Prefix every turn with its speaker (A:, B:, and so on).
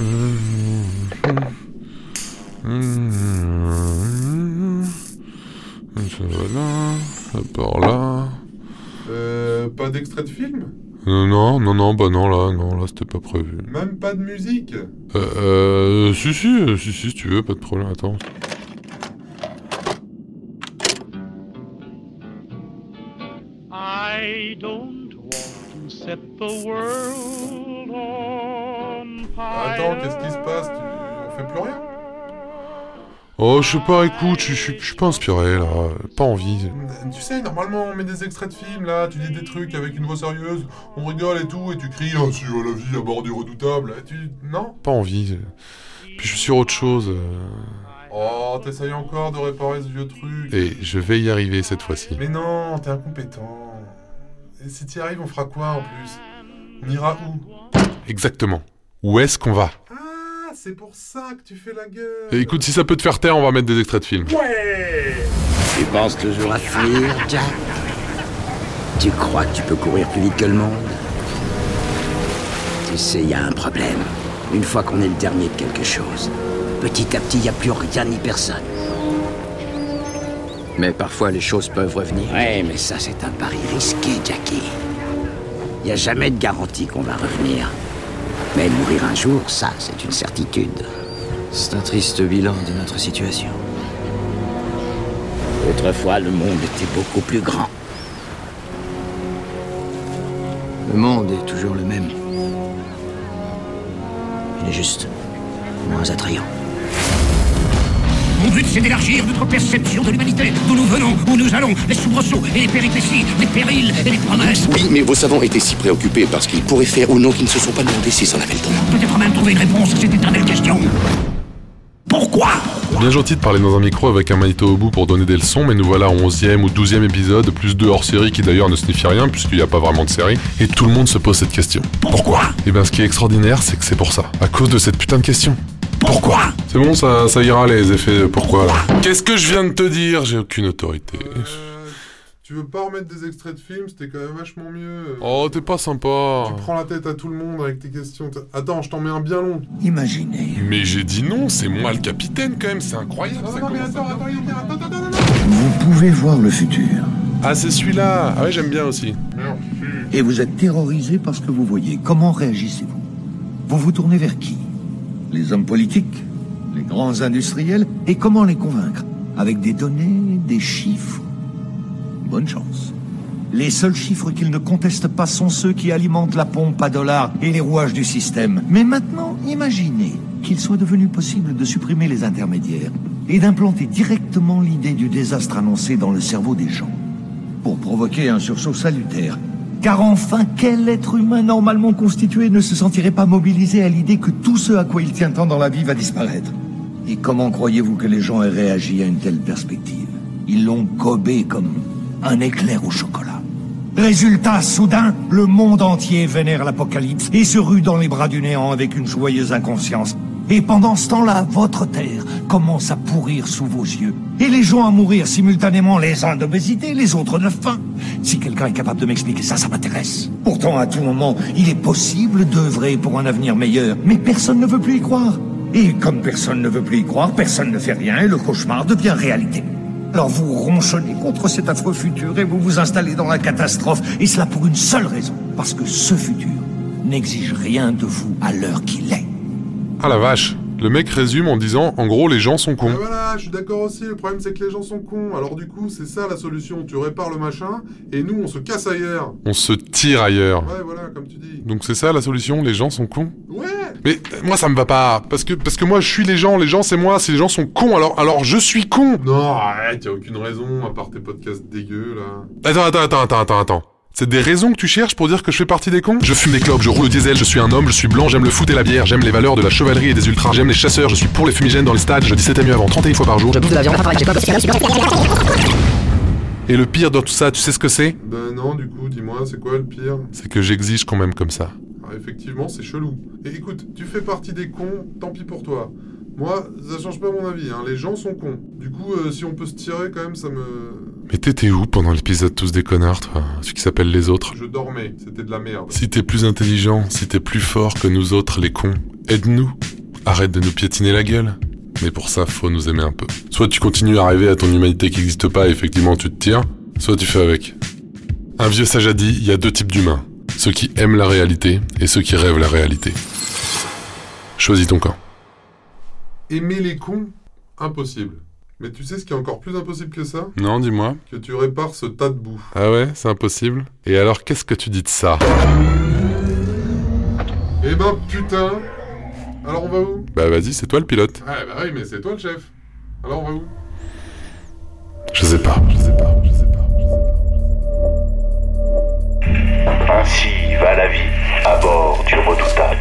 A: Mmh. Ça va là, ça part là.
B: Euh, pas d'extrait de film
A: Euh, Non, non, non, bah non, là, non, là, c'était pas prévu.
B: Même pas de musique
A: Euh, euh, si, si, euh, si, si, si tu veux, pas de problème, attends.
C: I don't want to set the world on fire.
B: Attends, qu'est-ce qui se passe Tu- On fait plus rien
A: Oh, je sais pas, écoute, je je- je suis pas inspiré, là, pas envie.
B: Mm, Tu sais, normalement, on met des extraits de films, là, tu dis des trucs avec une voix sérieuse, on rigole et tout, et tu cries « Si oh, la vie à bord du redoutable !» Tu... Non
A: pas envie. Puis je suis sur autre chose. euh,
B: Oh, t'essayes encore de réparer ce vieux truc
A: Et je vais y arriver cette fois-ci.
B: Mais non, t'es incompétent. Et si t'y arrives, on fera quoi, en plus On ira où
A: Exactement. Où est-ce qu'on va
B: Ah, c'est pour ça que tu fais la gueule
A: Et Écoute, si ça peut te faire taire, on va mettre des extraits de films.
D: Tu penses toujours à fuir, Jack Tu crois que tu peux courir plus vite que le monde Tu sais, il y a un problème. Une fois qu'on est le dernier de quelque chose, petit à petit, il n'y a plus rien ni personne. Mais parfois, les choses peuvent revenir. Ouais, mais ça, c'est un pari risqué, Jackie. Il n'y a jamais de garantie qu'on va revenir. Mais mourir un jour, ça, c'est une certitude.
E: C'est un triste bilan de notre situation.
D: Autrefois, le monde était beaucoup plus grand.
E: Le monde est toujours le même.
D: Il est juste moins attrayant.
F: Mon but, c'est d'élargir notre perception de l'humanité, d'où nous venons, où nous allons, les soubresauts et les péripéties, les périls et les promesses.
G: Oui, mais vos savants étaient si préoccupés parce qu'ils pourraient faire ou non qu'ils ne se sont pas demandé s'ils en avaient le temps.
F: Peut-être même trouver une réponse à cette éternelle question. Pourquoi
A: Bien gentil de parler dans un micro avec un manito au bout pour donner des leçons, mais nous voilà au 11e ou 12e épisode, plus deux hors-série qui d'ailleurs ne signifie rien puisqu'il n'y a pas vraiment de série, et tout le monde se pose cette question.
F: Pourquoi
A: Et bien ce qui est extraordinaire, c'est que c'est pour ça. À cause de cette putain de question.
F: Pourquoi
A: C'est bon, ça, ça ira les effets de pourquoi là. Qu'est-ce que je viens de te dire J'ai aucune autorité.
B: Euh, Tu veux pas remettre des extraits de films C'était quand même vachement mieux.
A: Oh, t'es pas sympa.
B: Tu prends la tête à tout le monde avec tes questions. Attends, je t'en mets un bien long.
F: Imaginez.
A: Mais j'ai dit non, c'est moi le capitaine quand même, c'est incroyable.
B: Non,
A: ça
B: non, mais
A: commence
B: attends,
A: à-
B: attends, il y a pire. attends, attends, attends, attends.
H: Vous pouvez voir le futur.
A: Ah, c'est celui-là Ah ouais, j'aime bien aussi.
H: Et vous êtes terrorisé par ce que vous voyez. Comment réagissez-vous Vous vous tournez vers qui Les hommes politiques Les grands industriels Et comment les convaincre Avec des données, des chiffres Bonne chance. Les seuls chiffres qu'ils ne contestent pas sont ceux qui alimentent la pompe à dollars et les rouages du système. Mais maintenant, imaginez qu'il soit devenu possible de supprimer les intermédiaires et d'implanter directement l'idée du désastre annoncé dans le cerveau des gens pour provoquer un sursaut salutaire. Car enfin, quel être humain normalement constitué ne se sentirait pas mobilisé à l'idée que tout ce à quoi il tient tant dans la vie va disparaître Et comment croyez-vous que les gens aient réagi à une telle perspective Ils l'ont gobé comme un éclair au chocolat. Résultat, soudain, le monde entier vénère l'apocalypse et se rue dans les bras du néant avec une joyeuse inconscience. Et pendant ce temps-là, votre terre commence à pourrir sous vos yeux. Et les gens à mourir simultanément, les uns d'obésité, les autres de faim. Si quelqu'un est capable de m'expliquer ça, ça m'intéresse. Pourtant, à tout moment, il est possible d'œuvrer pour un avenir meilleur. Mais personne ne veut plus y croire. Et comme personne ne veut plus y croire, personne ne fait rien et le cauchemar devient réalité. Alors vous ronchonnez contre cet affreux futur et vous vous installez dans la catastrophe, et cela pour une seule raison, parce que ce futur n'exige rien de vous à l'heure qu'il est.
A: Ah la vache Le mec résume en disant en gros, les gens sont
B: Mais
A: cons.
B: Ah, voilà, je suis d'accord aussi, le problème c'est que les gens sont cons, alors du coup c'est ça la solution, tu répares le machin, et nous on se casse ailleurs.
A: On se tire ailleurs.
B: Ouais voilà, comme tu dis.
A: Donc c'est ça la solution, les gens sont cons
B: Ouais
A: Mais euh, moi ça me va pas, parce que, parce que moi je suis les gens, les gens c'est moi, si les gens sont cons, alors, alors je suis con
B: Non, arrête, y a aucune raison, à part tes podcasts dégueux là.
A: Attends, attends, attends, attends, attends, attends. C'est des raisons que tu cherches pour dire que je fais partie des cons Je fume des clopes, je roule au diesel, je suis un homme, je suis blanc, j'aime le foot et la bière, j'aime les valeurs de la chevalerie et des ultras, j'aime les chasseurs, je suis pour les fumigènes dans les stades, je 17 mieux avant 31 fois par jour. Et le pire dans tout ça, tu sais ce que c'est
B: Ben non, du coup, dis-moi, c'est quoi le pire
A: C'est que j'exige quand même comme ça.
B: Ah, Effectivement, c'est chelou. Et écoute, tu fais partie des cons, tant pis pour toi. Moi, ça change pas mon avis, hein, les gens sont cons. Du coup, euh, si on peut se tirer quand même, ça me...
A: Mais t'étais où pendant l'épisode Tous des connards, toi Celui qui s'appelle Les Autres
B: Je dormais, c'était de la merde.
A: Si t'es plus intelligent, si t'es plus fort que nous autres, les cons, aide-nous. Arrête de nous piétiner la gueule. Mais pour ça, faut nous aimer un peu. Soit tu continues à rêver à ton humanité qui n'existe pas et effectivement tu te tires, soit tu fais avec. Un vieux sage a dit, il y a deux types d'humains. Ceux qui aiment la réalité et ceux qui rêvent la réalité. Choisis ton camp.
B: Aimer les cons Impossible. Mais tu sais ce qui est encore plus impossible que ça
A: Non, dis-moi.
B: Que tu répares ce tas de boue.
A: Ah ouais, c'est impossible. Et alors, qu'est-ce que tu dis de ça
B: Eh ben putain Alors on va où
A: Bah vas-y, c'est toi le pilote.
B: Ah bah oui, mais c'est toi le chef. Alors on va où
A: Je sais pas, je sais pas, je sais pas. je sais pas.
I: Ainsi va la vie à bord du Redoutable.